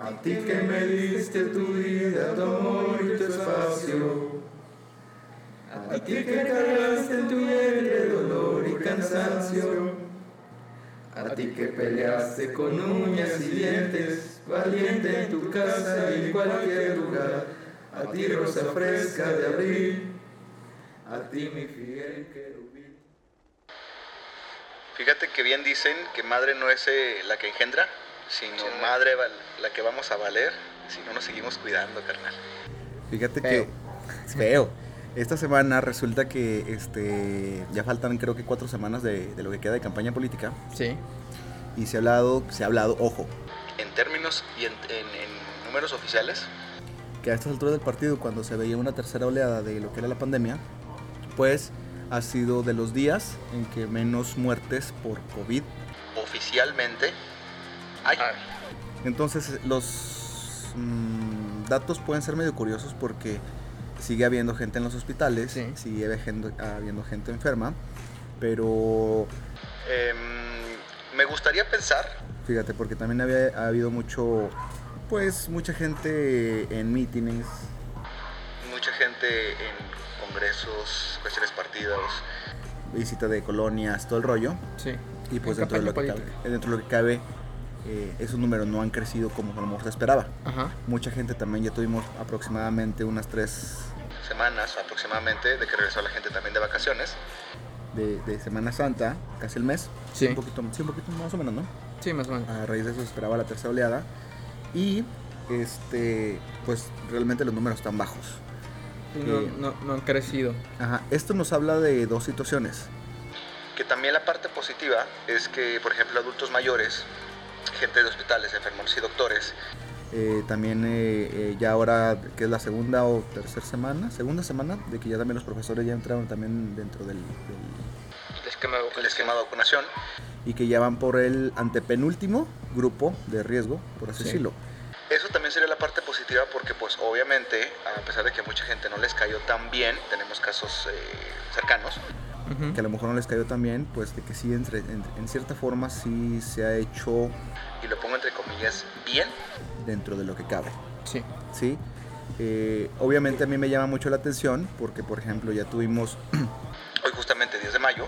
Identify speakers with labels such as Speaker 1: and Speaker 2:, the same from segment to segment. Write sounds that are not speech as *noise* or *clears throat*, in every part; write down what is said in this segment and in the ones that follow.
Speaker 1: A ti que me diste tu vida, tu amor y tu espacio. A ti que cargaste en tu vientre dolor y cansancio. A ti que peleaste con uñas y dientes, valiente en tu casa y en cualquier lugar. A ti rosa fresca de abril. A ti mi fiel querubín.
Speaker 2: Fíjate que bien dicen que madre no es eh, la que engendra, sino madre val- la que vamos a valer si no nos seguimos cuidando, carnal.
Speaker 3: Fíjate
Speaker 4: Feo.
Speaker 3: que *laughs* es feo. Esta semana resulta que este ya faltan creo que cuatro semanas de, de lo que queda de campaña política
Speaker 4: Sí.
Speaker 3: y se ha hablado, se ha hablado, ojo,
Speaker 2: En términos y en, en- en números oficiales,
Speaker 3: que a estas alturas del partido cuando se veía una tercera oleada de lo que era la pandemia, pues ha sido de los días en que menos muertes por COVID.
Speaker 2: oficialmente, hay.
Speaker 3: Entonces los mm, datos pueden ser medio curiosos porque sigue habiendo gente en los hospitales,
Speaker 4: Sí.
Speaker 3: sigue habiendo, habiendo gente enferma, pero
Speaker 2: Em, me gustaría pensar
Speaker 3: Fíjate, porque también había ha habido mucho, pues mucha gente en mítines.
Speaker 2: mucha gente en congresos, cuestiones partidas,
Speaker 3: visita de colonias, todo el rollo.
Speaker 4: Sí.
Speaker 3: Y pues
Speaker 4: En
Speaker 3: dentro de, lo que
Speaker 4: campaña
Speaker 3: cabe, dentro de lo que cabe, eh, esos números no han crecido como a lo mejor se esperaba.
Speaker 4: Ajá.
Speaker 3: Mucha gente también, ya tuvimos aproximadamente unas tres
Speaker 2: semanas aproximadamente de que regresó la gente también de vacaciones.
Speaker 3: de, de Semana Santa, casi el mes.
Speaker 4: Sí.
Speaker 3: Un poquito, sí, un poquito más o menos, ¿no?
Speaker 4: Sí, más o menos.
Speaker 3: A raíz de eso se esperaba la tercera oleada. Y este, pues realmente los números están bajos.
Speaker 4: Sí, No,
Speaker 3: eh,
Speaker 4: no, no han crecido.
Speaker 3: Ajá, esto nos habla de dos situaciones.
Speaker 2: Que también la parte positiva es que, por ejemplo, adultos mayores, gente de hospitales, enfermos y doctores,
Speaker 3: Eh, también eh, eh, ya ahora que es la segunda o tercera semana, segunda semana, de que ya también los profesores ya entraron también dentro del, del-
Speaker 5: El esquema de
Speaker 2: el esquema de vacunación,
Speaker 3: y que ya van por el antepenúltimo grupo de riesgo, por así
Speaker 4: Sí.
Speaker 3: decirlo.
Speaker 2: Eso también sería la parte positiva porque pues obviamente, a pesar de que a mucha gente no les cayó tan bien, tenemos casos eh, cercanos,
Speaker 4: Ujú.
Speaker 3: Que a lo mejor no les cayó tan bien, pues de que sí, entre- en, en cierta forma sí se ha hecho
Speaker 2: y lo pongo entre comillas, bien,
Speaker 3: dentro de lo que cabe.
Speaker 4: Sí.
Speaker 3: ¿sí? Eh, obviamente a mí me llama mucho la atención porque, por ejemplo, ya tuvimos *clears throat*
Speaker 2: hoy justamente 10 de mayo,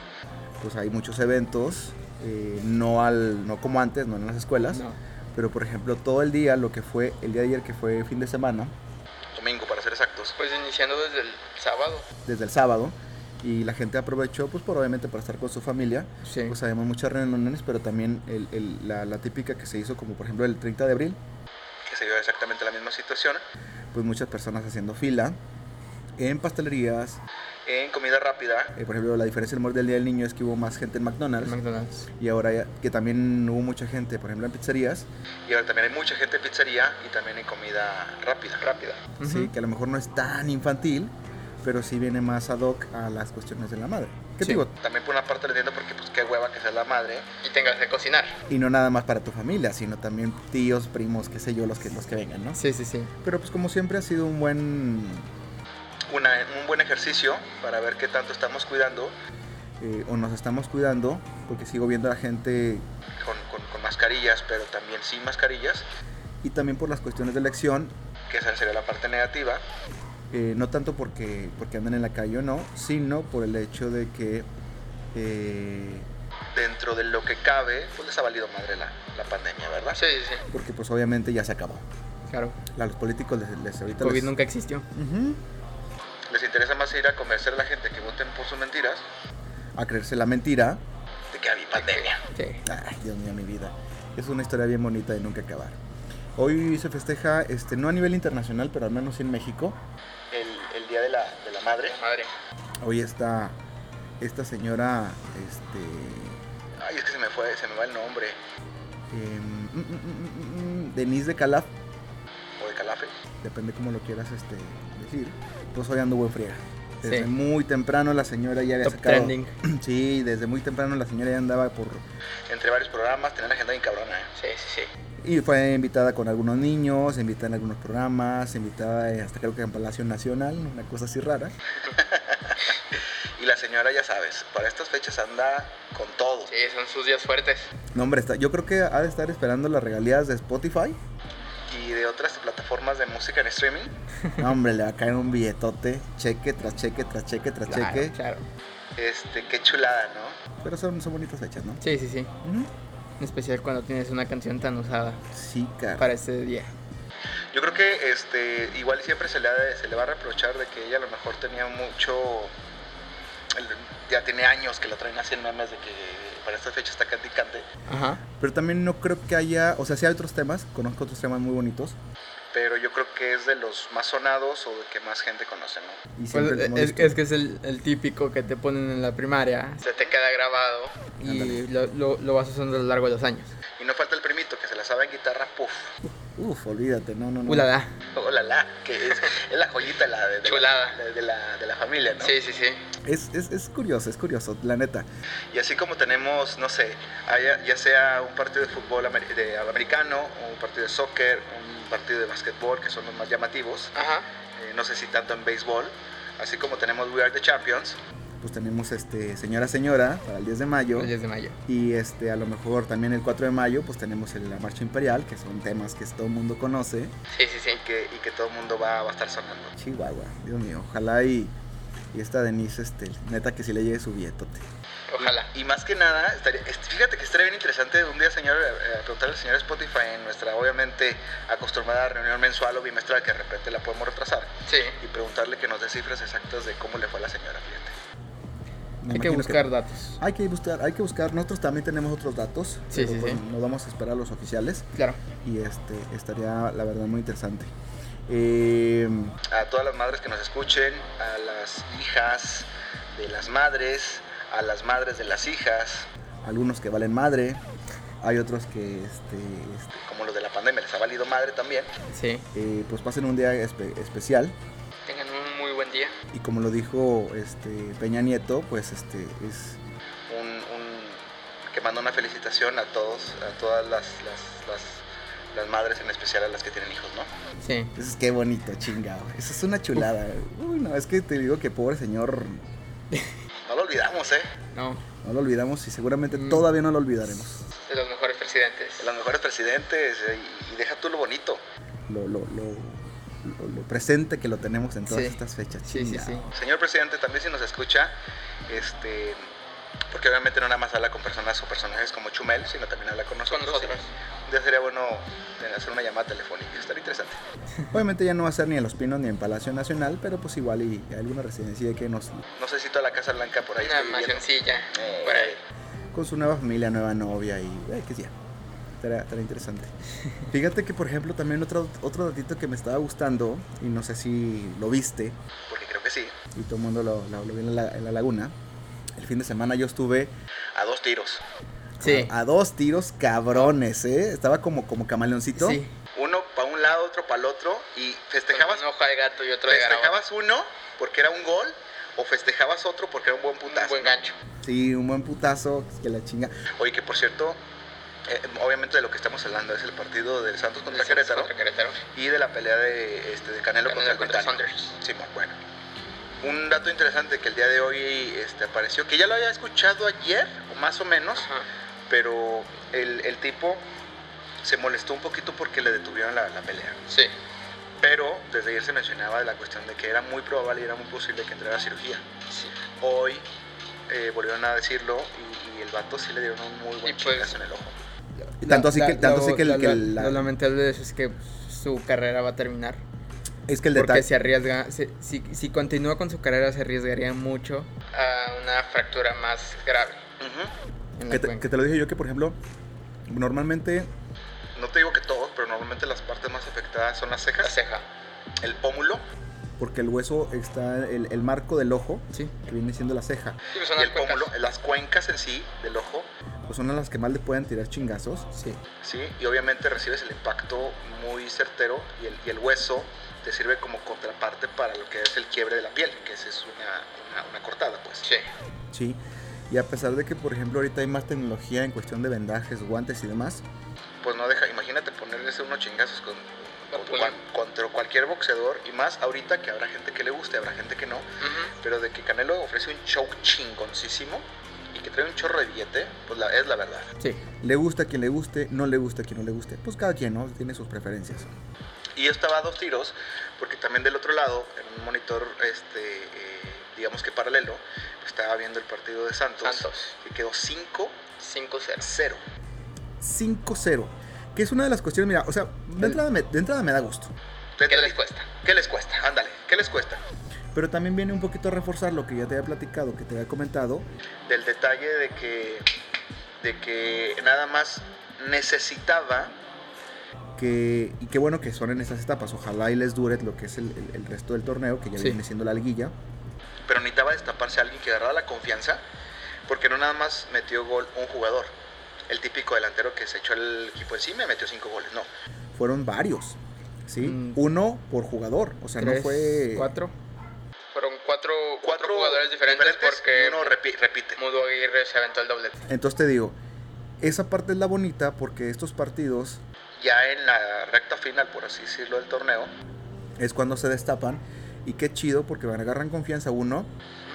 Speaker 3: pues hay muchos eventos, eh, no, al, no como antes, no en las escuelas,
Speaker 4: No.
Speaker 3: pero por ejemplo todo el día, lo que fue el día de ayer que fue fin de semana,
Speaker 2: domingo para ser exactos,
Speaker 5: Pues iniciando desde el sábado.
Speaker 3: desde el sábado, y la gente aprovechó pues por, obviamente para estar con su familia,
Speaker 4: Sí.
Speaker 3: pues sabemos muchas reuniones, pero también el- el- la, la típica que se hizo como por ejemplo el 30 de abril,
Speaker 2: que se dio exactamente la misma situación,
Speaker 3: pues muchas personas haciendo fila en pastelerías,
Speaker 2: en comida rápida,
Speaker 3: eh, por ejemplo la diferencia del humor del Día del Niño es que hubo más gente en
Speaker 4: El
Speaker 3: McDonald's,
Speaker 4: McDonald's.
Speaker 3: y ahora ya- que también hubo mucha gente, por ejemplo en pizzerías,
Speaker 2: y ahora también hay mucha gente en pizzería y también en comida rápida, rápida.
Speaker 3: sí,
Speaker 4: Ujú.
Speaker 3: que a lo mejor no es tan infantil, pero sí viene más ad hoc a las cuestiones de la madre. ¿Qué
Speaker 4: Sí.
Speaker 3: digo?
Speaker 2: También por una parte lo entiendo porque pues qué hueva que sea la madre,
Speaker 5: Y tengas que cocinar.
Speaker 3: Y no nada más para tu familia, sino también tíos, primos, qué sé yo, los que, los que vengan, ¿no?
Speaker 4: Sí, sí, sí.
Speaker 3: Pero pues como siempre ha sido un buen,
Speaker 2: una- un buen ejercicio para ver qué tanto estamos cuidando
Speaker 3: eh, o nos estamos cuidando, porque sigo viendo a la gente,
Speaker 2: con, con- con mascarillas, pero también sin mascarillas,
Speaker 3: y también por las cuestiones de elección,
Speaker 2: que esa sería la parte negativa.
Speaker 3: eh, no tanto porque, porque andan en la calle o no, sino por el hecho de que... eh,
Speaker 2: dentro de lo que cabe, pues les ha valido madre la, la pandemia, ¿verdad?
Speaker 5: Ah, Sí, sí, sí.
Speaker 3: porque pues obviamente ya se acabó.
Speaker 4: Claro.
Speaker 3: A los políticos les, les ahorita...
Speaker 4: COVID
Speaker 3: les-
Speaker 4: nunca existió.
Speaker 3: Ujú.
Speaker 2: Les interesa más ir a convencer a la gente que voten por sus mentiras
Speaker 3: a creerse la mentira.
Speaker 2: de que había pandemia.
Speaker 4: Sí.
Speaker 3: Ay, Dios mío, mi vida. Es una historia bien bonita de nunca acabar. Hoy se festeja, este, no a nivel internacional, pero al menos en México.
Speaker 2: El, el día de la, de la madre.
Speaker 5: Madre.
Speaker 3: Hoy está esta señora, este,
Speaker 2: Ay, es que se me fue, se me va el nombre.
Speaker 3: em, mm, mm, mm, mm, mm, Denise de Calaf,
Speaker 2: O de Calafe.
Speaker 3: depende cómo lo quieras este, decir. Pues hoy anduvo en friega. Desde
Speaker 4: Sí.
Speaker 3: muy temprano la señora ya había
Speaker 4: Top
Speaker 3: sacado.
Speaker 4: trending.
Speaker 3: Sí, desde muy temprano la señora ya andaba por.
Speaker 2: Entre varios programas, tenía la agenda bien cabrona, ¿eh?
Speaker 5: Sí, sí, sí.
Speaker 3: Y fue invitada con algunos niños, invitada en algunos programas, invitada eh, hasta creo que en Palacio Nacional, una cosa así rara.
Speaker 2: *laughs* Y la señora, ya sabes, para estas fechas anda con todo.
Speaker 5: Sí, son sus días fuertes.
Speaker 3: No, hombre, está, yo creo que ha de estar esperando las regalías de Spotify.
Speaker 2: Y y de otras plataformas de música en streaming.
Speaker 3: *laughs* No, hombre, le va a caer un billetote, cheque tras cheque tras cheque tras
Speaker 4: Claro,
Speaker 3: cheque.
Speaker 4: claro.
Speaker 2: Este, qué chulada, ¿no?
Speaker 3: Pero son, son bonitas fechas, ¿no?
Speaker 4: Sí, sí, sí.
Speaker 3: Ujú.
Speaker 4: En especial cuando tienes una canción tan usada
Speaker 3: Sí, cara.
Speaker 4: para este día.
Speaker 2: Yo creo que este, igual siempre se le, ha de- se le va a reprochar de que ella a lo mejor tenía mucho. el- Ya tiene años que la traen así en memes de que para esta fecha está cante y cante.
Speaker 4: Ajá.
Speaker 3: Pero también no creo que haya, o sea, sí hay otros temas, conozco otros temas muy bonitos.
Speaker 2: Pero yo creo que es de los más sonados o de que más gente conoce, ¿no?
Speaker 3: Y
Speaker 4: Pues,
Speaker 3: siempre lo hemos
Speaker 4: es,
Speaker 3: visto.
Speaker 4: es que es el, el típico que te ponen en la primaria
Speaker 5: Se te queda grabado.
Speaker 4: y lo, lo- lo vas usando a lo largo de los años.
Speaker 2: Y no falta el primito que se la sabe en guitarra, puff.
Speaker 3: Uf, olvídate, no, no, no.
Speaker 4: Ulala.
Speaker 2: Oh, la, la, que es, es la joyita la de, de la-
Speaker 5: Chulada.
Speaker 2: la- de, la, de la familia, ¿no?
Speaker 5: Sí, sí, sí.
Speaker 3: Es, es, es curioso, es curioso, la neta.
Speaker 2: Y así como tenemos, no sé, haya- ya sea un partido de fútbol amer- de- americano, un partido de soccer, un partido de básquetbol, que son los más llamativos,
Speaker 5: Ajá.
Speaker 2: eh, no sé si tanto en béisbol, así como tenemos We Are the Champions,
Speaker 3: Pues tenemos este Señora Señora para el 10 de mayo.
Speaker 4: El 10 de mayo.
Speaker 3: Y este, a lo mejor también el 4 de mayo, pues tenemos el- la Marcha Imperial, que son temas que todo el mundo conoce.
Speaker 5: Sí, sí, sí.
Speaker 2: que, y que todo el mundo va, va a estar sonando.
Speaker 3: Chihuahua, Dios mío, ojalá y, y esta Denise, este, neta que sí le llegue su billetote.
Speaker 5: Ojalá.
Speaker 2: Y más que nada, estaría, est- fíjate que estaría bien interesante un día, señor, eh, preguntarle al señor Spotify en nuestra, obviamente, acostumbrada reunión mensual o bimestral, que de repente la podemos retrasar,
Speaker 5: Sí.
Speaker 2: y preguntarle que nos dé cifras exactas de cómo le fue a la señora, fíjate.
Speaker 3: Me
Speaker 4: Hay que
Speaker 3: imagino
Speaker 4: buscar datos.
Speaker 3: Hay que buscar, hay que buscar. Nosotros también tenemos otros datos.
Speaker 4: Sí,
Speaker 3: pero,
Speaker 4: sí,
Speaker 3: pues,
Speaker 4: sí.
Speaker 3: Nos vamos a esperar a los oficiales
Speaker 4: Claro.
Speaker 3: y este estaría la verdad muy interesante. Eh,
Speaker 2: a todas las madres que nos escuchen, a las hijas de las madres, a las madres de las hijas,
Speaker 3: algunos que valen madre, hay otros que este, este,
Speaker 2: como los de la pandemia les ha valido madre también.
Speaker 4: Sí.
Speaker 3: eh, pues pasen un día espe- especial
Speaker 5: Tengan un muy buen día.
Speaker 3: y como lo dijo este Peña Nieto, pues este es
Speaker 2: Un, un- que manda una felicitación a todos, a todas las, las, las, las madres, en especial a las que tienen hijos, ¿no?
Speaker 4: Sí.
Speaker 3: eso Pues es qué bonito, chingado. Eso es una chulada. Uy, no, es que te digo que pobre señor,
Speaker 2: No lo olvidamos, ¿eh?
Speaker 4: No.
Speaker 3: no lo olvidamos y seguramente
Speaker 4: Mm.
Speaker 3: todavía no lo olvidaremos.
Speaker 5: De los mejores presidentes.
Speaker 2: De los mejores presidentes eh, y, y deja tú lo bonito.
Speaker 3: lo, lo, lo- lo- lo presente que lo tenemos en todas
Speaker 4: Sí.
Speaker 3: estas fechas.
Speaker 4: Sí, sí,
Speaker 3: chinga.
Speaker 4: sí.
Speaker 2: Señor presidente, también si nos escucha, este... Porque obviamente no nada más habla con personas o personajes como Chumel, sino también habla con
Speaker 5: Con
Speaker 2: nosotros.
Speaker 5: nosotros.
Speaker 2: Ya sería bueno eh, hacer una llamada telefónica, estaría interesante.
Speaker 3: Obviamente ya no va a ser ni en Los Pinos ni en Palacio Nacional, pero pues igual y alguna residencia que nos...
Speaker 2: No sé si toda la Casa Blanca por ahí
Speaker 5: Una
Speaker 2: está viviendo.
Speaker 5: mansioncilla.
Speaker 2: Eh,
Speaker 5: Por ahí.
Speaker 3: con su nueva familia, nueva novia y... eh, qué sé yo. Estará, estará interesante. Fíjate que, por ejemplo, también otro, otro datito que me estaba gustando, y no sé si lo viste,
Speaker 2: Porque creo que sí.
Speaker 3: y todo el mundo lo, lo, lo vio en la, en la laguna, el fin de semana yo estuve
Speaker 2: A dos tiros.
Speaker 4: Sí.
Speaker 3: a, a dos tiros cabrones, ¿eh? Estaba como, como camaleoncito.
Speaker 4: Sí.
Speaker 2: Uno para un lado, otro para el otro. Y festejabas,
Speaker 5: Con una hoja de gato y otro de garabato.
Speaker 2: festejabas uno porque era un gol o festejabas otro porque era un buen putazo.
Speaker 5: Un buen
Speaker 2: ¿no?
Speaker 5: gancho.
Speaker 3: Sí, un buen putazo, que la chinga.
Speaker 2: Oye, que por cierto, eh, obviamente de lo que estamos hablando es el partido del Santos contra Querétaro
Speaker 5: Contra Querétaro.
Speaker 2: y de la pelea de, este, de Canelo,
Speaker 5: Ganando contra
Speaker 2: contra el Británico.
Speaker 5: Saunders.
Speaker 2: Simón, bueno. Un dato interesante que el día de hoy este, apareció, que ya lo había escuchado ayer, o más o menos,
Speaker 5: Ajá.
Speaker 2: pero el, el tipo se molestó un poquito porque le detuvieron la, la pelea.
Speaker 5: Sí.
Speaker 2: Pero desde ayer se mencionaba la cuestión de que era muy probable y era muy posible que entrara a cirugía.
Speaker 5: Sí.
Speaker 2: Hoy eh, volvieron a decirlo y, y el vato sí le dieron un muy buen
Speaker 5: Y pues-
Speaker 2: chingazo en el ojo.
Speaker 3: Y tanto así
Speaker 4: La-
Speaker 3: que,
Speaker 4: la-
Speaker 3: tanto
Speaker 4: lo-
Speaker 3: así que, el,
Speaker 4: la-
Speaker 3: que
Speaker 4: la-
Speaker 3: la-
Speaker 4: lo lamentable de eso es que pues, su carrera va a terminar.
Speaker 3: es que el
Speaker 4: porque
Speaker 3: detalle
Speaker 4: se arriesga. se- si, si continúa con su carrera, se arriesgaría mucho
Speaker 5: A una fractura más grave.
Speaker 2: Ujú.
Speaker 4: en la
Speaker 3: que te,
Speaker 4: cuenca.
Speaker 3: que te lo dije yo que por ejemplo normalmente
Speaker 2: No te digo que todos, pero normalmente las partes más afectadas son las
Speaker 5: La
Speaker 2: cejas,
Speaker 5: ceja.
Speaker 2: el pómulo
Speaker 3: porque el hueso está el, el marco del ojo
Speaker 4: Sí.
Speaker 3: que viene siendo la ceja
Speaker 5: Sí, pues
Speaker 2: y
Speaker 5: son las
Speaker 2: el
Speaker 5: cuencas.
Speaker 2: pómulo, las cuencas en sí del ojo
Speaker 3: pues son a las que más le pueden tirar chingazos
Speaker 4: Sí.
Speaker 2: ¿sí? Y obviamente recibes el impacto muy certero y el, y el hueso te sirve como contraparte para lo que es el quiebre de la piel, que esa es una, una- una cortada, pues.
Speaker 5: Sí.
Speaker 3: sí y a pesar de que por ejemplo ahorita hay más tecnología en cuestión de vendajes guantes y demás
Speaker 2: Pues no deja, imagínate ponerles unos chingazos con,
Speaker 5: Con
Speaker 2: con-
Speaker 5: puño.
Speaker 2: con- contra cualquier boxeador y más ahorita que habrá gente que le guste, habrá gente que no,
Speaker 5: Ujú.
Speaker 2: pero de que Canelo ofrece un show chingoncísimo y que trae un chorro de billete, pues la, es la verdad.
Speaker 4: Sí.
Speaker 3: Le gusta a quien le guste, no le gusta a quien no le guste. Pues cada quien, ¿no? Tiene sus preferencias.
Speaker 2: Y yo estaba a dos tiros, porque también del otro lado, en un monitor, este, eh, digamos que paralelo, estaba viendo el partido de Santos,
Speaker 5: Santos.
Speaker 2: que quedó 5-0.
Speaker 5: 5-0.
Speaker 3: 5-0. Que es una de las cuestiones, mira, o sea, de entrada me, de entrada me da gusto.
Speaker 5: ¿Qué les cuesta?
Speaker 2: ¿Qué les cuesta? Ándale, ¿qué les cuesta?
Speaker 3: Pero también viene un poquito a reforzar lo que ya te había platicado, que te había comentado.
Speaker 2: Del detalle de que, de que nada más necesitaba
Speaker 3: Que, y qué bueno que son en esas etapas. Ojalá y les dure lo que es el, el- el resto del torneo, que ya
Speaker 4: Sí.
Speaker 3: viene siendo la liguilla.
Speaker 2: pero necesitaba destaparse a alguien que agarrara la confianza, porque no nada más metió gol un jugador, el típico delantero que se echó el equipo encima y metió cinco goles, no.
Speaker 3: Fueron varios, ¿sí?
Speaker 4: Mm.
Speaker 3: Uno por jugador, o sea, no
Speaker 4: Tres,
Speaker 3: fue...
Speaker 4: Cuatro.
Speaker 5: Fueron cuatro, cuatro jugadores diferentes,
Speaker 2: y
Speaker 5: porque
Speaker 2: uno repi- repite.
Speaker 5: Mudo Aguirre se aventó el doblete.
Speaker 3: Entonces te digo, esa parte es la bonita porque estos partidos
Speaker 2: Ya en la recta final, por así decirlo, del torneo,
Speaker 3: es cuando se destapan y qué chido porque van agarran confianza uno,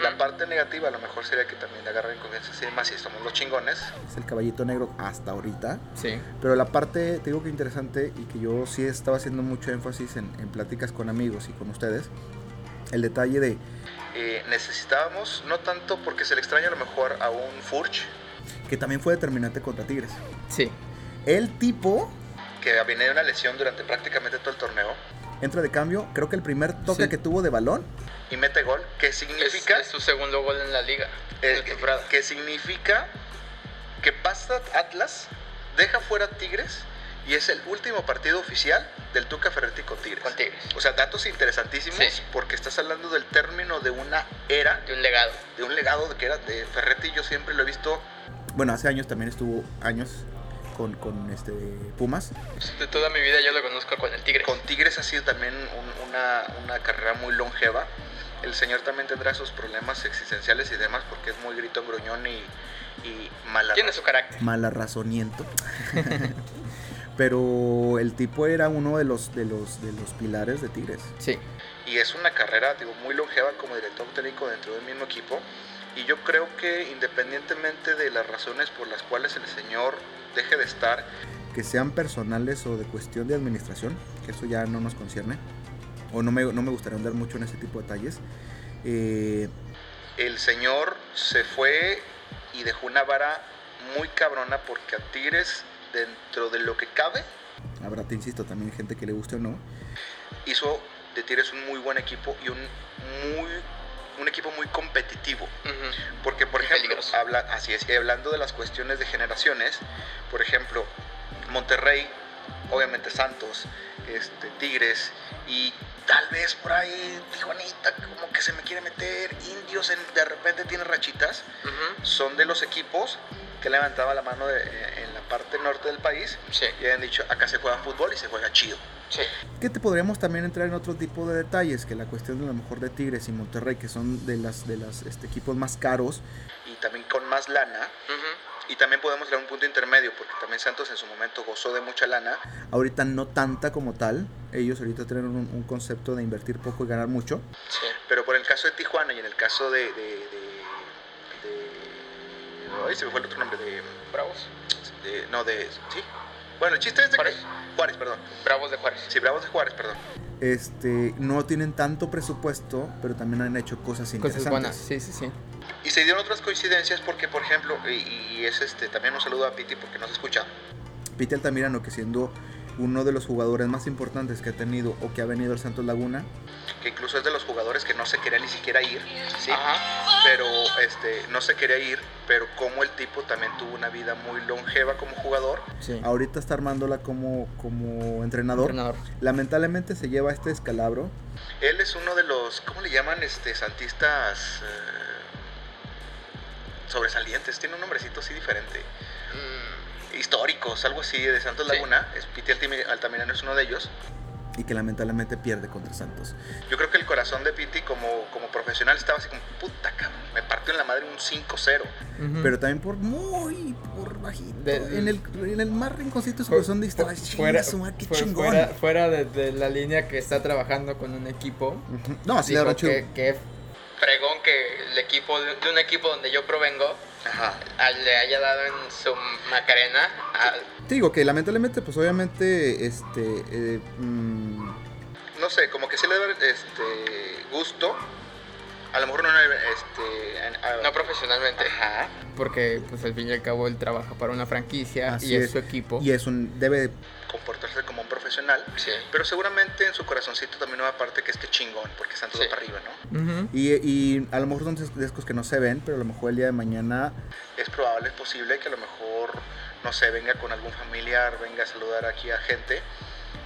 Speaker 2: la parte negativa a lo mejor sería que también le agarren confianza así más si somos los chingones.
Speaker 3: es el caballito negro hasta ahorita,
Speaker 4: Sí.
Speaker 3: pero la parte te digo que interesante y que yo sí estaba haciendo mucho énfasis en, en pláticas con amigos y con ustedes, el detalle de
Speaker 2: Eh, necesitábamos, no tanto porque se le extraña a lo mejor a un Furch,
Speaker 3: que también fue determinante contra Tigres.
Speaker 4: Sí.
Speaker 3: El tipo
Speaker 2: que viene de una lesión durante prácticamente todo el torneo,
Speaker 3: entra de cambio, creo que el primer toque
Speaker 4: Sí.
Speaker 3: que tuvo de balón
Speaker 2: y mete gol, que
Speaker 5: Es,
Speaker 2: significa...
Speaker 5: es su segundo gol en la liga.
Speaker 2: Eh,
Speaker 5: de temporada.
Speaker 2: que significa que pasa Atlas, deja fuera a Tigres y es el último partido oficial del Tuca Ferretti con Tigres.
Speaker 5: Con Tigres.
Speaker 2: O sea, datos interesantísimos
Speaker 5: Sí.
Speaker 2: porque estás hablando del término de una era,
Speaker 5: De un legado.
Speaker 2: de un legado de que era de Ferretti. Yo siempre lo he visto.
Speaker 3: bueno, hace años también estuvo años con, con este Pumas.
Speaker 5: De toda mi vida yo lo conozco con el Tigre.
Speaker 2: Con Tigres ha sido también un- una, una carrera muy longeva. El señor también tendrá sus problemas existenciales y demás porque es muy grito, gruñón y, y mala
Speaker 5: Tiene su carácter.
Speaker 3: malarrazoniento. *laughs* Pero el tipo era uno de los, de los, de los pilares de Tigres.
Speaker 4: Sí.
Speaker 2: y es una carrera digo, muy longeva como director técnico dentro del mismo equipo. Y yo creo que independientemente de las razones por las cuales el señor deje de estar,
Speaker 3: Que sean personales o de cuestión de administración, que eso ya no nos concierne. O no me, no me gustaría andar mucho en ese tipo de detalles. Eh,
Speaker 2: el señor se fue y dejó una vara muy cabrona porque a Tigres, dentro de lo que cabe,
Speaker 3: habrá, te insisto, también gente que le guste o no.
Speaker 2: hizo de Tigres un muy buen equipo y un, muy, un equipo muy competitivo.
Speaker 5: Ujú.
Speaker 2: Porque, por
Speaker 5: Y
Speaker 2: ejemplo,
Speaker 5: peligroso.
Speaker 2: habla, así es, y hablando de las cuestiones de generaciones, por ejemplo, Monterrey, obviamente Santos, este, Tigres, y tal vez por ahí Tijuanita, como que se me quiere meter, Indios en- de repente tiene rachitas,
Speaker 5: Ujú.
Speaker 2: son de los equipos que levantaba la mano de- eh, en la parte norte del país
Speaker 5: Sí,
Speaker 2: y han dicho, acá se juega fútbol y se juega chido.
Speaker 5: sí.
Speaker 3: Que te podríamos también entrar en otro tipo de detalles, que la cuestión de a lo mejor de Tigres y Monterrey, que son de las, de las este, equipos más caros,
Speaker 2: Y también con más lana,
Speaker 5: Ujú.
Speaker 2: y también podemos dar un punto intermedio, porque también Santos en su momento gozó de mucha lana,
Speaker 3: ahorita no tanta como tal. Ellos ahorita tienen un, un concepto de invertir poco y ganar mucho.
Speaker 5: Sí.
Speaker 2: Pero por el caso de Tijuana y en el caso de. de, de- de- ay, se me fue el otro nombre. De,
Speaker 5: Bravos.
Speaker 2: de- No, de. Sí. Bueno, el chiste es de. que-
Speaker 5: Juárez.
Speaker 2: Juárez, perdón.
Speaker 5: Bravos de Juárez.
Speaker 2: Sí, Bravos de Juárez, perdón.
Speaker 3: Este, no tienen tanto presupuesto, pero también han hecho cosas
Speaker 4: Cosas
Speaker 3: interesantes.
Speaker 4: buenas. Sí, sí, sí.
Speaker 2: Y se dieron otras coincidencias porque, por ejemplo, y, y es este. También un saludo a Piti porque nos escucha.
Speaker 3: Pete Altamirano, que siendo uno de los jugadores más importantes que ha tenido o que ha venido el Santos Laguna,
Speaker 2: Que incluso es de los jugadores que no se quería ni siquiera ir. Sí.
Speaker 4: Ah.
Speaker 5: Ajá.
Speaker 2: Pero este, no se quería ir. Pero como el tipo también tuvo una vida muy longeva como jugador.
Speaker 4: Sí.
Speaker 3: ahorita está armándola como, como entrenador.
Speaker 4: Entrenador.
Speaker 3: Lamentablemente se lleva este escalabro
Speaker 2: Él es uno de los, ¿cómo le llaman? Este, santistas eh, sobresalientes. Tiene un nombrecito así diferente.
Speaker 5: Mm,
Speaker 2: Históricos, algo así, de Santos
Speaker 5: Sí.
Speaker 2: Laguna. Es Piti Altimi- Altamirano es uno de ellos.
Speaker 3: y que lamentablemente pierde contra Santos.
Speaker 2: Yo creo que el corazón de Piti como, como profesional estaba así como, puta cabrón, me partió en la madre un 5-0.
Speaker 4: Ujú.
Speaker 3: Pero también por muy por bajito.
Speaker 4: Mm. De-
Speaker 3: en, el, en el más rinconcito de su corazón de
Speaker 4: Fu-
Speaker 3: estaba
Speaker 4: fu-
Speaker 3: fuera, qué
Speaker 4: fu-
Speaker 3: chingón.
Speaker 4: fuera- fuera de, de la línea que está trabajando con un equipo.
Speaker 3: Ujú. No, así le
Speaker 4: dijo
Speaker 3: habrá hecho-
Speaker 4: que, que
Speaker 5: Fregón que el equipo de de un equipo donde yo provengo
Speaker 2: Ajá.
Speaker 5: Ah, le haya dado en su Macarena. Ah,
Speaker 3: Te digo que lamentablemente, pues obviamente, este. eh, mm,
Speaker 2: No sé, como que sí le da este, gusto. A lo mejor no, este, en- a-
Speaker 5: no profesionalmente.
Speaker 2: Ajá.
Speaker 4: Porque, pues al fin y al cabo, él trabaja para una franquicia
Speaker 3: así
Speaker 4: y es, su equipo.
Speaker 3: Y es un. Debe.
Speaker 2: comportarse como un profesional.
Speaker 5: Sí.
Speaker 2: Pero seguramente en su corazoncito también una parte que esté chingón, porque están todos
Speaker 5: Sí.
Speaker 2: para arriba, ¿no?
Speaker 4: Ujú.
Speaker 3: Y, y a lo mejor son dis- discos que no se ven, pero a lo mejor el día de mañana.
Speaker 2: Es probable, es posible que a lo mejor, no sé, venga con algún familiar, venga a saludar aquí a gente.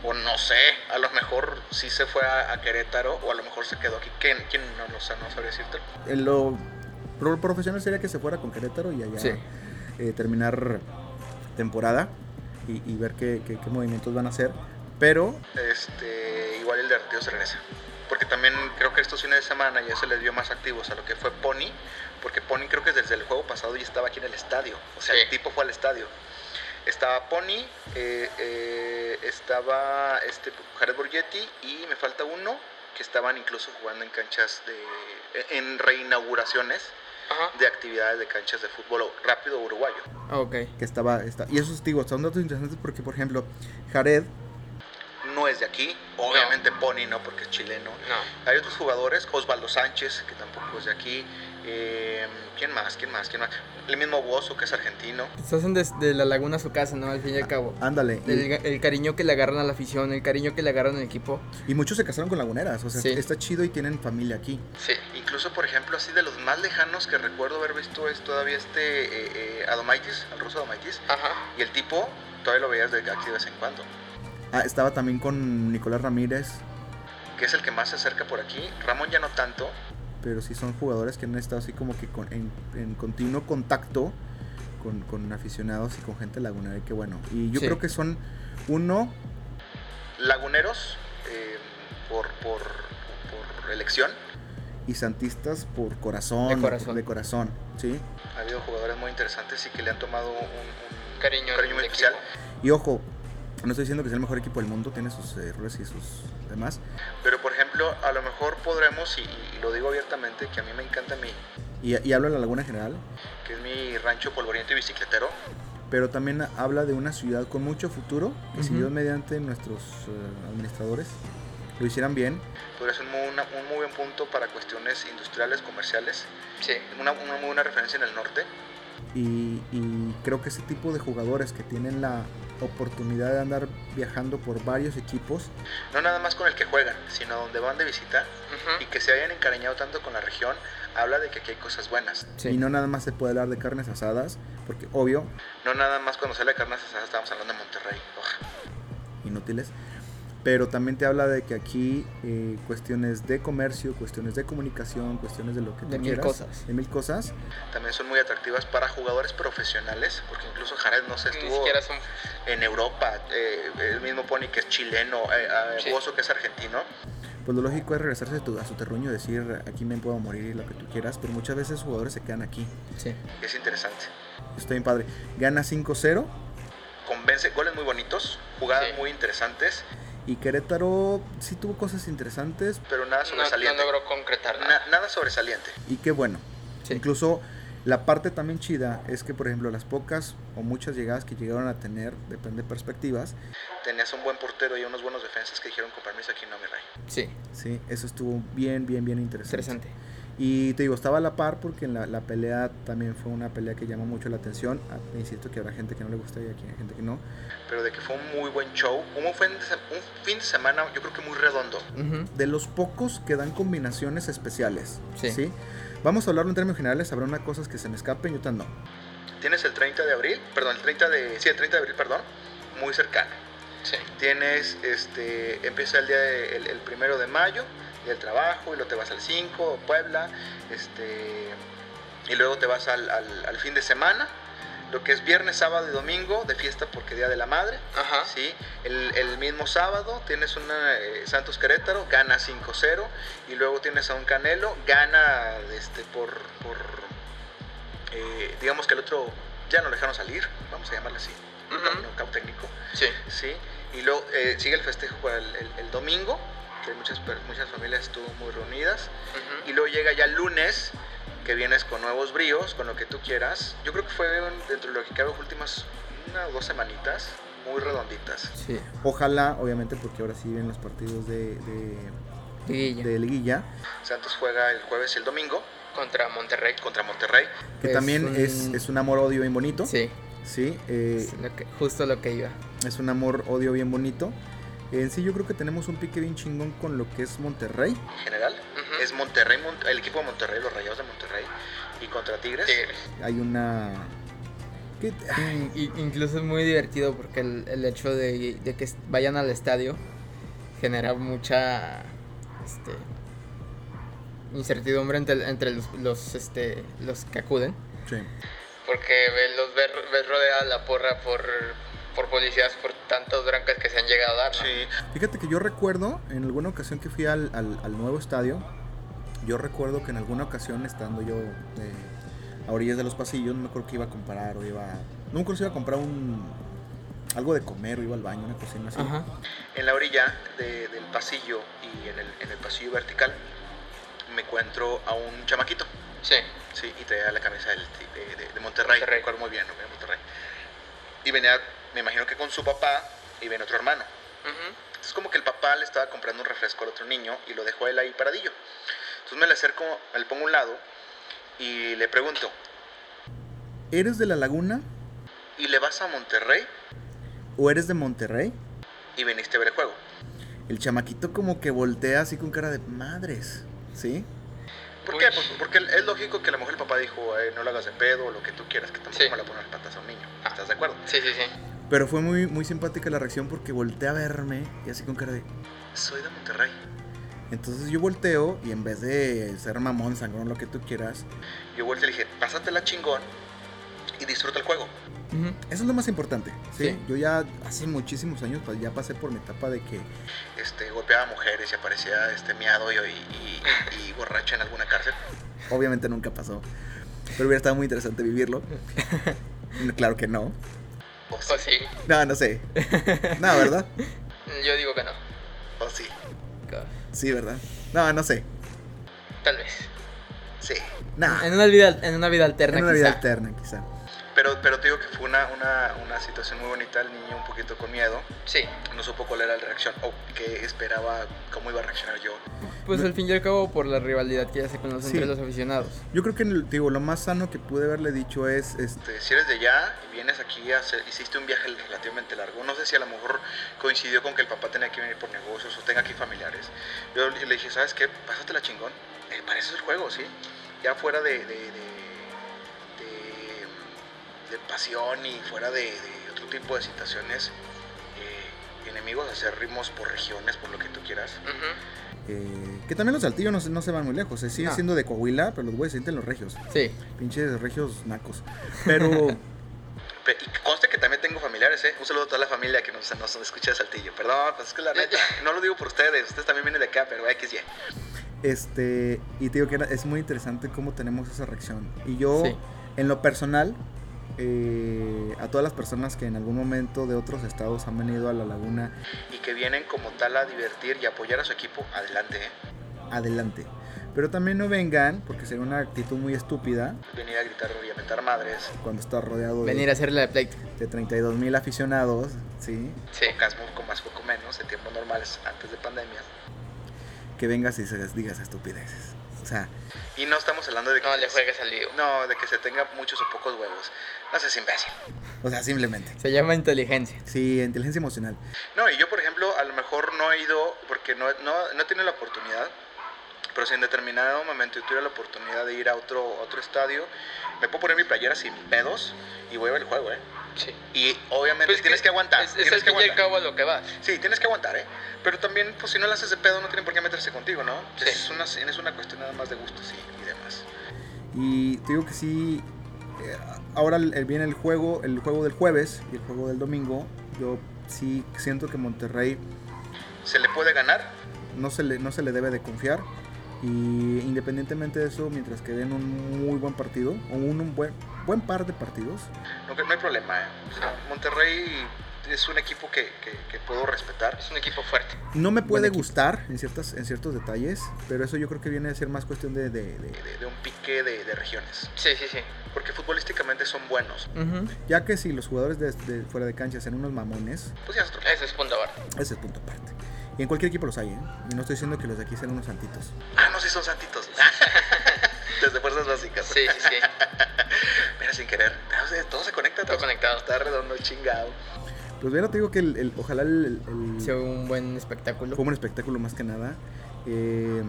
Speaker 2: O no sé, a lo mejor sí se fue a, a Querétaro o a lo mejor se quedó aquí. ¿Quién, quién no lo sabe? No sabría decirte.
Speaker 3: eh, Lo pro- profesional sería que se fuera con Querétaro y allá
Speaker 4: Sí.
Speaker 3: eh, terminar temporada y, y ver qué, qué- qué movimientos van a hacer. Pero
Speaker 2: Este, igual el de Arteos regresa. Porque también creo que estos fines de semana ya se les vio más activos a lo que fue Pony. Porque Pony creo que desde el juego pasado ya estaba aquí en el estadio. O sea,
Speaker 5: Sí.
Speaker 2: el tipo fue al estadio. Estaba Pony, eh, eh, estaba este Jared Borgetti y me falta uno que estaban incluso jugando en canchas de. en reinauguraciones
Speaker 5: Ajá.
Speaker 2: de actividades de canchas de fútbol rápido uruguayo.
Speaker 4: Ah, Ok.
Speaker 3: que estaba. esta- y esos, digo, son datos interesantes porque, por ejemplo, Jared
Speaker 2: No es de aquí, obviamente Pony no, porque es chileno.
Speaker 5: No.
Speaker 2: Hay otros jugadores, Osvaldo Sánchez, que tampoco es de aquí. eh, ¿Quién más? ¿Quién más? ¿Quién más? El mismo Bozo, que es argentino.
Speaker 4: Pues hacen desde la laguna a su casa, ¿no? Al fin y al cabo.
Speaker 2: Ah,
Speaker 3: Ándale. y-
Speaker 4: El, el cariño que le agarran a la afición, el cariño que le agarran al equipo.
Speaker 3: Y, muchos se casaron con laguneras. O sea,
Speaker 4: Sí.
Speaker 3: está chido y tienen familia aquí.
Speaker 5: Sí.
Speaker 2: Incluso, por ejemplo, así de los más lejanos que recuerdo haber visto es todavía este eh, eh, Adomaitis, el ruso Adomaitis.
Speaker 5: Ajá.
Speaker 2: Y el tipo todavía lo veías de aquí de vez en cuando.
Speaker 3: Ah, estaba también con Nicolás Ramírez.
Speaker 2: Que es el que más se acerca por aquí. Ramón ya no tanto.
Speaker 3: Pero sí son jugadores que han estado así como que con- en, en continuo contacto con, con aficionados y con gente lagunera. Y que bueno. Y yo
Speaker 4: Sí.
Speaker 3: creo que son uno.
Speaker 2: Laguneros, eh, por, por, por elección.
Speaker 3: Y santistas por corazón.
Speaker 4: De corazón.
Speaker 3: De corazón. Sí.
Speaker 2: Ha habido jugadores muy interesantes y que le han tomado un, un
Speaker 5: Cariño al
Speaker 2: muy
Speaker 5: equipo.
Speaker 2: especial.
Speaker 3: Y ojo. No estoy diciendo que sea el mejor equipo del mundo, tiene sus errores y sus demás.
Speaker 2: Pero por ejemplo, a lo mejor podremos, y, y lo digo abiertamente, que a mí me encanta mi,
Speaker 3: Y, y hablo de la Laguna en general,
Speaker 2: que es mi rancho polvoriento y bicicletero.
Speaker 3: pero también habla de una ciudad con mucho futuro, que si
Speaker 4: Ujú.
Speaker 3: Dios mediante nuestros eh, administradores lo hicieran bien,
Speaker 2: Podría ser un muy, una- un muy buen punto para cuestiones industriales, comerciales.
Speaker 5: Sí.
Speaker 2: Una, una muy buena referencia en el norte.
Speaker 3: y, y creo que ese tipo de jugadores que tienen la oportunidad de andar viajando por varios equipos,
Speaker 2: No nada más con el que juegan, sino donde van de visita
Speaker 5: Ujú.
Speaker 2: y que se hayan encariñado tanto con la región, habla de que aquí hay cosas buenas.
Speaker 4: Sí.
Speaker 3: y no nada más se puede hablar de carnes asadas, porque obvio,
Speaker 2: No nada más cuando sale carne asada, estamos hablando de Monterrey. Oj.
Speaker 3: inútiles, pero también te habla de que aquí eh, cuestiones de comercio, cuestiones de comunicación, cuestiones de lo que tú
Speaker 4: De mil
Speaker 3: quieras,
Speaker 4: cosas.
Speaker 3: de mil cosas,
Speaker 2: También son muy atractivas para jugadores profesionales, porque incluso Jared no se
Speaker 5: Ni
Speaker 2: estuvo...
Speaker 5: siquiera son.
Speaker 2: en Europa, eh, el mismo Pony que es chileno, eh, eh,
Speaker 5: Sí.
Speaker 2: Bozo que es argentino,
Speaker 3: Pues lo lógico es regresarse a, tu- a su terruño y decir, aquí me puedo morir y lo que tú quieras, pero muchas veces jugadores se quedan aquí.
Speaker 4: Sí.
Speaker 2: es interesante.
Speaker 3: Está bien padre. Gana 5-0
Speaker 2: Convence, goles muy bonitos, jugadas
Speaker 5: Sí.
Speaker 2: muy interesantes,
Speaker 3: y Querétaro sí tuvo cosas interesantes
Speaker 2: pero nada
Speaker 5: No, no
Speaker 2: sobresaliente.
Speaker 5: logró concretar
Speaker 2: Na-
Speaker 5: nada.
Speaker 2: nada sobresaliente.
Speaker 3: y qué bueno.
Speaker 4: Sí.
Speaker 3: Incluso la parte también chida es que, por ejemplo, las pocas o muchas llegadas que llegaron a tener, depende de perspectivas,
Speaker 2: Tenías un buen portero y unos buenos defensas que dijeron con permiso aquí no mi rey.
Speaker 4: Sí.
Speaker 3: ¿sí? Eso estuvo bien, bien, bien interesante.
Speaker 4: Interesante.
Speaker 3: Y te digo, estaba a la par porque en la, la pelea también fue una pelea que llamó mucho la atención. Ah, Insisto que habrá gente que no le gusta y aquí hay gente que no.
Speaker 2: Pero de que fue un muy buen show, un fin, de, se- un fin de semana yo creo que muy redondo.
Speaker 4: Ujú.
Speaker 3: de los pocos que dan combinaciones especiales. Sí.
Speaker 4: Sí.
Speaker 3: Vamos a hablarlo en términos generales, habrá unas cosas que se me escapen y otras no.
Speaker 2: Tienes el 30 de abril, perdón, el 30 de, sí, el 30 de abril, perdón, muy cercano.
Speaker 5: Sí.
Speaker 2: Tienes, este, empieza el día de- el, el primero de mayo, día del trabajo, y luego te vas al 5, Puebla, este, y luego te vas al, al- al fin de semana, lo que es viernes, sábado y domingo, de fiesta porque Día de la Madre,
Speaker 5: Ajá.
Speaker 2: ¿sí? El, el mismo sábado tienes una eh, Santos Querétaro, gana 5-0, y luego tienes a un Canelo, gana, este, por, por eh, digamos que el otro ya no lo dejaron salir, vamos a llamarle así,
Speaker 5: Ujú.
Speaker 2: un cabo técnico.
Speaker 5: Sí.
Speaker 2: ¿sí? Y luego eh, sigue el festejo para el, el- el domingo, que muchas, per- muchas familias estuvo muy reunidas.
Speaker 5: Ujú.
Speaker 2: Y luego llega ya el lunes, que vienes con nuevos bríos, con lo que tú quieras. Yo creo que fue un- dentro de lo que cabe últimas una o dos semanitas muy redonditas.
Speaker 4: Sí.
Speaker 3: Ojalá, obviamente, porque ahora sí vienen los partidos de, de,
Speaker 4: Liguilla.
Speaker 3: de liguilla.
Speaker 2: Santos juega el jueves y el domingo
Speaker 5: Contra Monterrey.
Speaker 2: contra Monterrey.
Speaker 3: Que
Speaker 4: Es
Speaker 3: también
Speaker 4: un-
Speaker 3: es, es un amor-odio bien bonito.
Speaker 4: Sí.
Speaker 3: Sí, eh,
Speaker 4: es lo que- justo lo que iba.
Speaker 3: es un amor-odio bien bonito. En sí, yo creo que tenemos un pique bien chingón con lo que es Monterrey.
Speaker 2: En general
Speaker 5: Ujú.
Speaker 2: es Monterrey, Mon- el equipo de Monterrey, los Rayados de Monterrey y contra Tigres.
Speaker 5: Tigres.
Speaker 3: Hay una. ¿Qué?
Speaker 4: In- in- incluso es muy divertido porque el, el hecho de, de que est- vayan al estadio genera mucha este, incertidumbre entre, entre los, los, este, los que acuden.
Speaker 3: Sí.
Speaker 5: Porque ve- los ves ves rodeada la porra por, por policías, por tantos brancas que se han llegado a dar. ¿no?
Speaker 2: Sí,
Speaker 3: Fíjate que yo recuerdo, en alguna ocasión que fui al, al- al nuevo estadio, yo recuerdo que en alguna ocasión estando yo eh, a orillas de los pasillos, no me acuerdo que iba a comprar o iba. No me acuerdo si iba a comprar un. algo de comer o iba al baño, una cocina así.
Speaker 4: Ajá.
Speaker 2: en la orilla de- del pasillo y en el, en el pasillo vertical me encuentro a un chamaquito,
Speaker 5: Sí.
Speaker 2: sí, y traía la camisa del ti- de, de- de Monterrey,
Speaker 5: Monterrey.
Speaker 2: recuerdo muy bien, lo veo en Monterrey. Y venía, me imagino que con su papá y venía otro hermano.
Speaker 5: Ujú.
Speaker 2: Es como que el papá le estaba comprando un refresco al otro niño y lo dejó él ahí paradillo. Entonces me le acerco, me le pongo a un lado y le pregunto,
Speaker 3: ¿Eres de la laguna
Speaker 2: ¿y le vas a Monterrey
Speaker 3: o eres de Monterrey?
Speaker 2: y viniste a ver el juego?
Speaker 3: El chamaquito como que voltea así con cara de madres, ¿sí?
Speaker 2: ¿Por
Speaker 5: Uy.
Speaker 2: qué? Pues porque es lógico que a lo mejor el papá dijo, "Eh, no lo hagas de pedo, lo que tú quieras, que tampoco
Speaker 5: Sí.
Speaker 2: me la pones patas a un niño.
Speaker 5: Ah.
Speaker 2: ¿Estás de acuerdo?
Speaker 5: Sí, sí, sí.
Speaker 3: Pero fue muy, muy simpática la reacción porque voltea a verme y así con cara de...
Speaker 2: Soy de Monterrey.
Speaker 3: Entonces yo volteo y en vez de ser mamón, sangrón, lo que tú quieras,
Speaker 2: Yo vuelto y le dije, pásatela chingón y disfruta el juego.
Speaker 4: Ujú.
Speaker 3: eso es lo más importante, ¿sí?
Speaker 4: Sí.
Speaker 3: Yo ya hace muchísimos años pues, ya pasé por mi etapa de que...
Speaker 2: Este, golpeaba a mujeres y aparecía este miado y, y, y- y borracho en alguna cárcel.
Speaker 3: Obviamente nunca pasó, pero hubiera estado muy
Speaker 4: *laughs*
Speaker 3: interesante vivirlo. claro que no.
Speaker 2: O
Speaker 5: O
Speaker 2: sí,
Speaker 5: Pues sí.
Speaker 3: No, no sé. No, ¿verdad?
Speaker 5: Yo digo que no.
Speaker 2: o sí,
Speaker 3: Sí, ¿verdad? No, no sé.
Speaker 5: Tal vez.
Speaker 2: sí.
Speaker 3: No.
Speaker 4: En una vida, en una vida alterna.
Speaker 3: En una vida
Speaker 4: quizá.
Speaker 3: alterna, quizá.
Speaker 2: Pero, pero te digo que fue una, una, una situación muy bonita, el niño un poquito con miedo,
Speaker 5: Sí.
Speaker 2: no supo cuál era la reacción Oh. o qué esperaba, cómo iba a reaccionar yo.
Speaker 4: Pues al fin y al cabo por la rivalidad que ya se conoce
Speaker 3: Sí.
Speaker 4: entre los aficionados.
Speaker 3: Yo creo que en el- digo, lo más sano que pude haberle dicho es, es
Speaker 2: Este, si eres de allá y vienes aquí, a hacer- hiciste un viaje relativamente largo. No sé si a lo mejor coincidió con que el papá tenía que venir por negocios o tenga aquí familiares. Yo le dije, ¿sabes qué? Pásatela chingón. Eh, para eso es el juego, ¿sí? Ya fuera de, de, de, de- de pasión y fuera de, de otro tipo de situaciones, eh, enemigos, hacer ritmos por regiones, por lo que tú quieras.
Speaker 5: Ujú.
Speaker 3: eh, que también los saltillos no, se- no se van muy lejos, se sigue
Speaker 4: No.
Speaker 3: siendo de Coahuila, pero los güeyes se sienten los regios,
Speaker 4: Sí.
Speaker 3: pinches regios nacos. Pero
Speaker 2: Pe- Y que conste que también tengo familiares, ¿eh? Un saludo a toda la familia que nos, nos escucha de Saltillo. Perdón, pues es que la neta, no lo digo por ustedes, ustedes también vienen de acá, pero XY.
Speaker 3: este y te digo que era- es muy interesante cómo tenemos esa reacción. Y yo
Speaker 4: Sí.
Speaker 3: en lo personal eh, a todas las personas que en algún momento de otros estados han venido a la laguna
Speaker 2: y que vienen como tal a divertir y apoyar a su equipo, adelante, ¿eh?
Speaker 3: adelante. Pero también no vengan porque sería una actitud muy estúpida
Speaker 2: Venir a gritar y a meter madres,
Speaker 3: cuando estás rodeado de,
Speaker 4: Venir a hacerle de pleito.
Speaker 3: de 32 mil aficionados, sí.
Speaker 5: Sí.
Speaker 2: tocas poco más, poco menos, en tiempos normales, antes de pandemia.
Speaker 3: que vengas y dices- digas estupideces. O sea,
Speaker 2: Y no estamos hablando de que,
Speaker 5: No le juegues al vivo.
Speaker 2: no, de que se tenga muchos o pocos huevos. No seas imbécil.
Speaker 3: o sea, simplemente.
Speaker 4: Se llama inteligencia.
Speaker 3: Sí, inteligencia emocional.
Speaker 2: No, y yo, por ejemplo, a lo mejor no he ido porque no, no, no he tenido la oportunidad. Pero si en determinado momento yo tuviera la oportunidad de ir a otro, a otro estadio, me puedo poner mi playera sin pedos y voy a ver el juego, ¿eh?
Speaker 5: Sí.
Speaker 2: Y obviamente
Speaker 5: Pues es
Speaker 2: tienes que,
Speaker 5: que
Speaker 2: aguantar.
Speaker 5: Es, es
Speaker 2: tienes
Speaker 5: al
Speaker 2: que
Speaker 5: fin y al
Speaker 2: aguantar.
Speaker 5: cabo a lo que vas.
Speaker 2: Sí, tienes que aguantar, ¿eh? Pero también, pues si no le haces de pedo, no tienen por qué meterse contigo, ¿no?
Speaker 5: Sí.
Speaker 2: Es, una, es una cuestión nada más de gustos y, y demás.
Speaker 3: Y te digo que sí. eh, ahora el- el- viene el juego, el juego del jueves y el juego del domingo. Yo sí siento que Monterrey
Speaker 2: Se le puede ganar,
Speaker 3: no se le, no se le debe de confiar. Y independientemente de eso, mientras que den un muy buen partido, o un, un buen, buen par de partidos,
Speaker 2: no, no hay problema, ¿eh? O sea, Monterrey es un equipo que, que- que puedo respetar.
Speaker 5: Es un equipo fuerte.
Speaker 3: No me puede
Speaker 4: equipo.
Speaker 3: gustar en, ciertas, en ciertos detalles, pero eso yo creo que viene a ser más cuestión de... de- de-
Speaker 2: De, de un pique de, de regiones.
Speaker 5: Sí, sí, sí.
Speaker 2: Porque futbolísticamente son buenos.
Speaker 4: Ujú.
Speaker 3: ya que si los jugadores de, de fuera de cancha sean unos mamones,
Speaker 2: Pues ya es otro.
Speaker 5: Ese es punto bar.
Speaker 3: ese es el punto aparte. Y en cualquier equipo los hay, ¿eh? Y no estoy diciendo que los de aquí sean unos santitos.
Speaker 2: Ah, no, sí son santitos. *laughs* Desde fuerzas básicas.
Speaker 5: Sí, sí, sí.
Speaker 2: Mira, sin querer. Ah, O sea, todo se conecta.
Speaker 5: Todo conectado.
Speaker 2: Está redondo, chingado.
Speaker 3: Pues bueno, te digo que el, el- ojalá el, el-
Speaker 4: Sea un buen espectáculo.
Speaker 3: fue un espectáculo más que nada. Eh,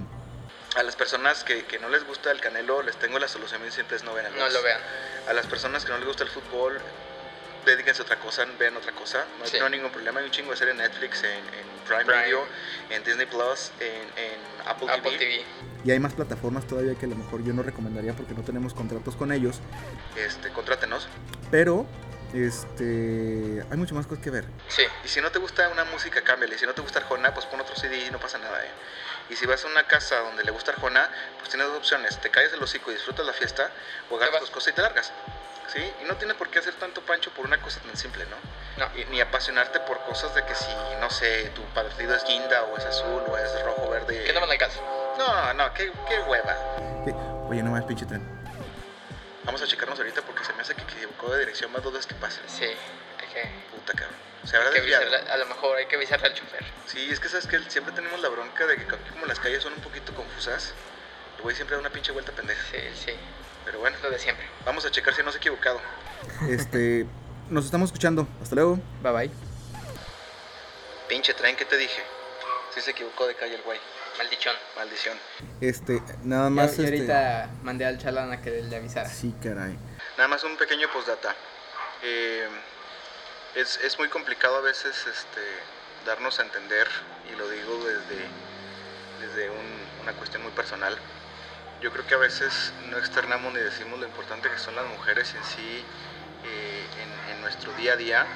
Speaker 2: A las personas que, que no les gusta el canelo, les tengo la solución bien simple, es no vean el
Speaker 5: No
Speaker 2: box.
Speaker 5: lo vean.
Speaker 2: A las personas que no les gusta el fútbol, dedíquense a otra cosa, vean otra cosa. No, hay-
Speaker 5: Sí.
Speaker 2: no hay ningún problema, hay un chingo de serie en Netflix, en, en Prime,
Speaker 5: Prime.
Speaker 2: Video, en Disney Plus, en, en Apple,
Speaker 5: Apple
Speaker 2: TV.
Speaker 5: TV.
Speaker 3: y hay más plataformas todavía que a lo mejor yo no recomendaría porque no tenemos contratos con ellos.
Speaker 2: Este, contrátenos.
Speaker 3: Pero este, hay mucho más cosas que ver.
Speaker 5: Sí.
Speaker 2: Y si no te gusta una música, cámbiale. Y Si no te gusta Arjona, pues pon otro CD y no pasa nada. ¿eh? Y si vas a una casa donde le gusta Arjona, pues tienes dos opciones. Te callas el hocico y disfrutas la fiesta, o agarras
Speaker 5: vas.
Speaker 2: tus cosas y te largas. ¿Sí? Y no tienes por qué hacer tanto pancho por una cosa tan simple, ¿no?
Speaker 5: No.
Speaker 2: Y- ni apasionarte por cosas de que si, no sé, tu partido es guinda o es azul o es rojo, verde.
Speaker 5: Que no van al caso.
Speaker 2: No, no, qué, qué hueva.
Speaker 3: Que- Oye, no más pinche tren.
Speaker 2: Vamos a checarnos ahorita porque se me hace que equivocó de dirección más dudas que pasen.
Speaker 5: Sí. Hay que, hay
Speaker 2: Puta cabrón. Se habrá
Speaker 5: que
Speaker 2: desviado.
Speaker 5: avisarle- a lo mejor hay que avisarle al chofer.
Speaker 2: Sí, es que sabes que siempre tenemos la bronca de que como las calles son un poquito confusas, el güey siempre da una pinche vuelta pendeja.
Speaker 5: Sí, sí.
Speaker 2: Pero bueno,
Speaker 5: Es lo de siempre.
Speaker 2: vamos a checar si no se ha equivocado.
Speaker 3: Este, nos estamos escuchando. Hasta luego.
Speaker 4: Bye bye.
Speaker 2: Pinche tren, ¿qué te dije? Sí se equivocó de calle el güey.
Speaker 5: Maldichón.
Speaker 2: Maldición.
Speaker 3: Este, nada
Speaker 4: Yo-
Speaker 3: más.
Speaker 4: yo
Speaker 3: este-
Speaker 4: ahorita mandé al chalán a que le avisara.
Speaker 3: Sí, caray.
Speaker 2: Nada más un pequeño postdata. Eh, es, es muy complicado a veces este, darnos a entender, y lo digo desde, desde un- una cuestión muy personal. Yo creo que a veces no externamos ni decimos lo importante que son las mujeres en sí eh, en, en nuestro día a día,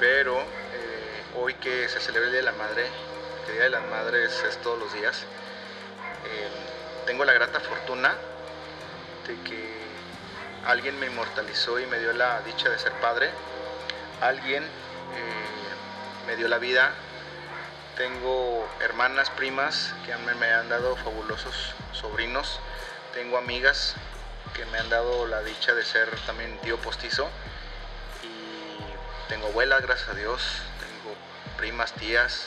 Speaker 2: pero eh, hoy que se celebra el Día de la Madre, que el Día de las Madres es todos los días, eh, tengo la grata fortuna de que alguien me inmortalizó y me dio la dicha de ser padre, alguien eh, me dio la vida, tengo hermanas, primas que han- me han dado fabulosos sobrinos, tengo amigas que me han dado la dicha de ser también tío postizo y tengo abuelas, gracias a Dios, tengo primas, tías,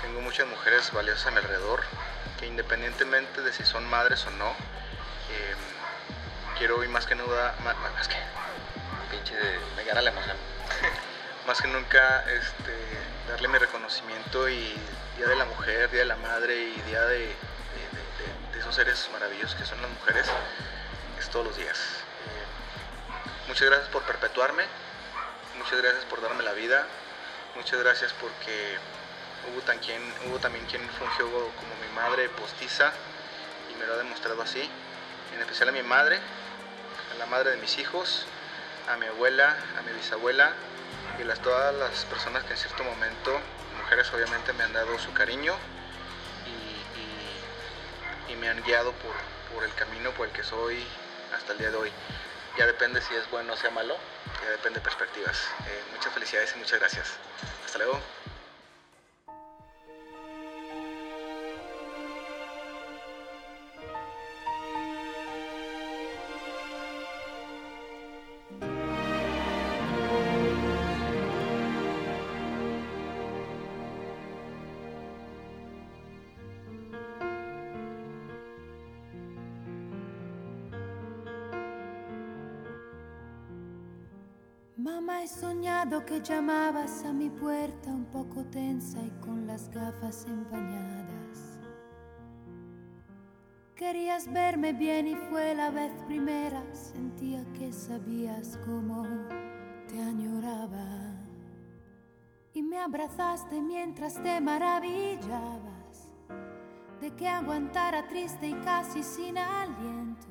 Speaker 2: tengo muchas mujeres valiosas a mi alrededor que independientemente de si son madres o no, em, quiero hoy más que nunca más, que pinche de- me gana la emoción *laughs* más que nunca este, darle mi reconocimiento y día de la mujer día de la madre y día de, de- de- de- de esos seres maravillosos que son las mujeres es todos los días Eh, muchas gracias por perpetuarme muchas gracias por darme la vida muchas gracias porque hubo también hubo también quien fungió como mi madre postiza y me lo ha demostrado así en especial a mi madre, a la madre de mis hijos, a mi abuela, a mi bisabuela y las, todas las personas que en cierto momento, mujeres obviamente, me han dado su cariño y, y- y me han guiado por, por el camino por el que soy hasta el día de hoy. Ya depende si es bueno o sea malo, ya depende de perspectivas. Eh, muchas felicidades y muchas gracias. Hasta luego.
Speaker 6: Mamá, he soñado que llamabas a mi puerta un poco tensa y con las gafas empañadas. Querías verme bien y fue la vez primera, sentía que sabías cómo te añoraba. Y me abrazaste mientras te maravillabas de que aguantara triste y casi sin aliento.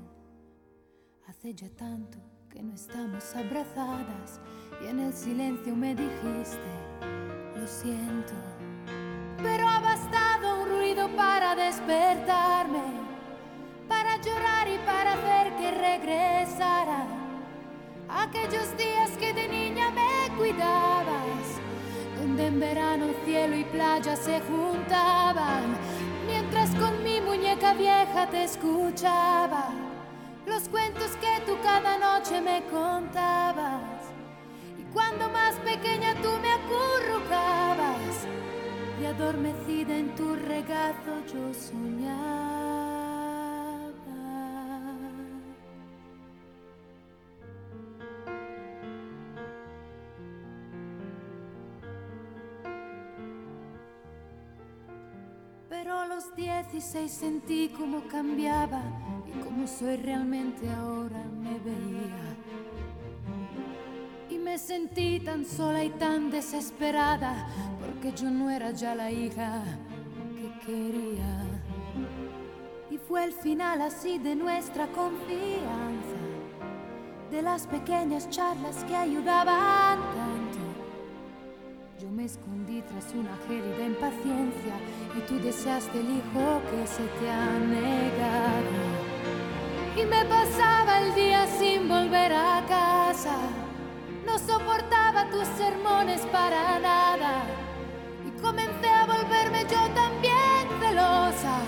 Speaker 6: Hace ya tanto que no estamos abrazadas y en el silencio me dijiste, lo siento. Pero ha bastado un ruido para despertarme, para llorar y para hacer que regresara aquellos días que de niña me cuidabas donde en verano cielo y playa se juntaban, mientras con mi muñeca vieja te escuchaba los cuentos que tú cada noche me contabas. Y cuando más pequeña tú me acurrucabas y adormecida en tu regazo yo soñaba. Pero a los 16 sentí cómo cambiaba y cómo soy realmente ahora me veía. Y me sentí tan sola y tan desesperada porque yo no era ya la hija que quería. Y fue el final así de nuestra confianza, de las pequeñas charlas que ayudaban tanto. Yo me escondí tras una gélida impaciencia y tú deseaste el hijo que se te ha negado. Y me pasaba el día sin volver a casa. No soportaba tus sermones para nada. Y comencé a volverme yo también celosa.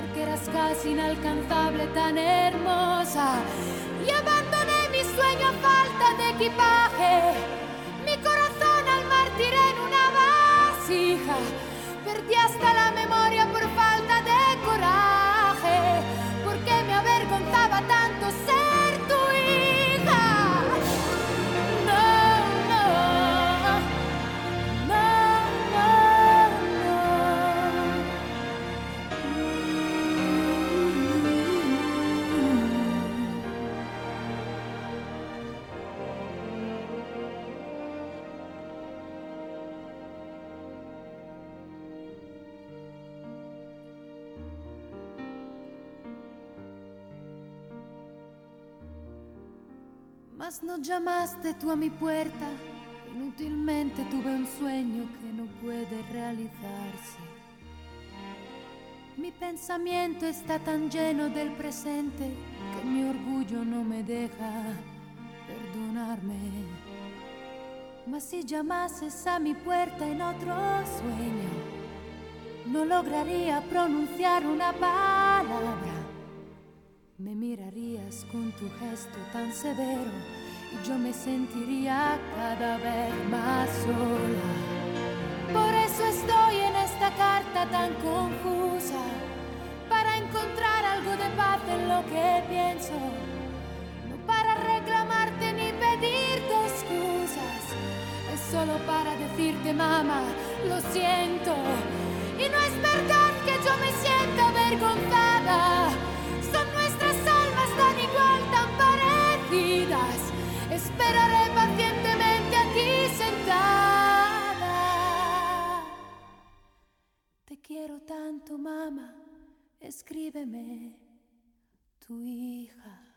Speaker 6: Porque eras casi inalcanzable, tan hermosa. Y abandoné mi sueño a falta de equipaje. Mi corazón al mártir en una vasija. Perdí hasta la memoria por falta de coraje. Porque me avergonzaba tanto ser tu hija. No, no. No, no, no. Mas no llamaste tú a mi puerta, inútilmente tuve un sueño que no puede realizarse. Mi pensamiento está tan lleno del presente que mi orgullo no me deja perdonarme. Mas si llamases a mi puerta en otro sueño, no lograría pronunciar una palabra. Me mirarías con tu gesto tan severo y yo me sentiría cada vez más sola. Por eso estoy en esta carta tan confusa, para encontrar algo de paz en lo que pienso, no para reclamarte ni pedirte excusas, es solo para decirte mamá, lo siento. Y no es verdad que yo me sienta avergonzada. Son nuestras almas tan igual, tan parecidas. Esperaré pacientemente aquí sentada. Te quiero tanto, mamá. Escríbeme, tu hija.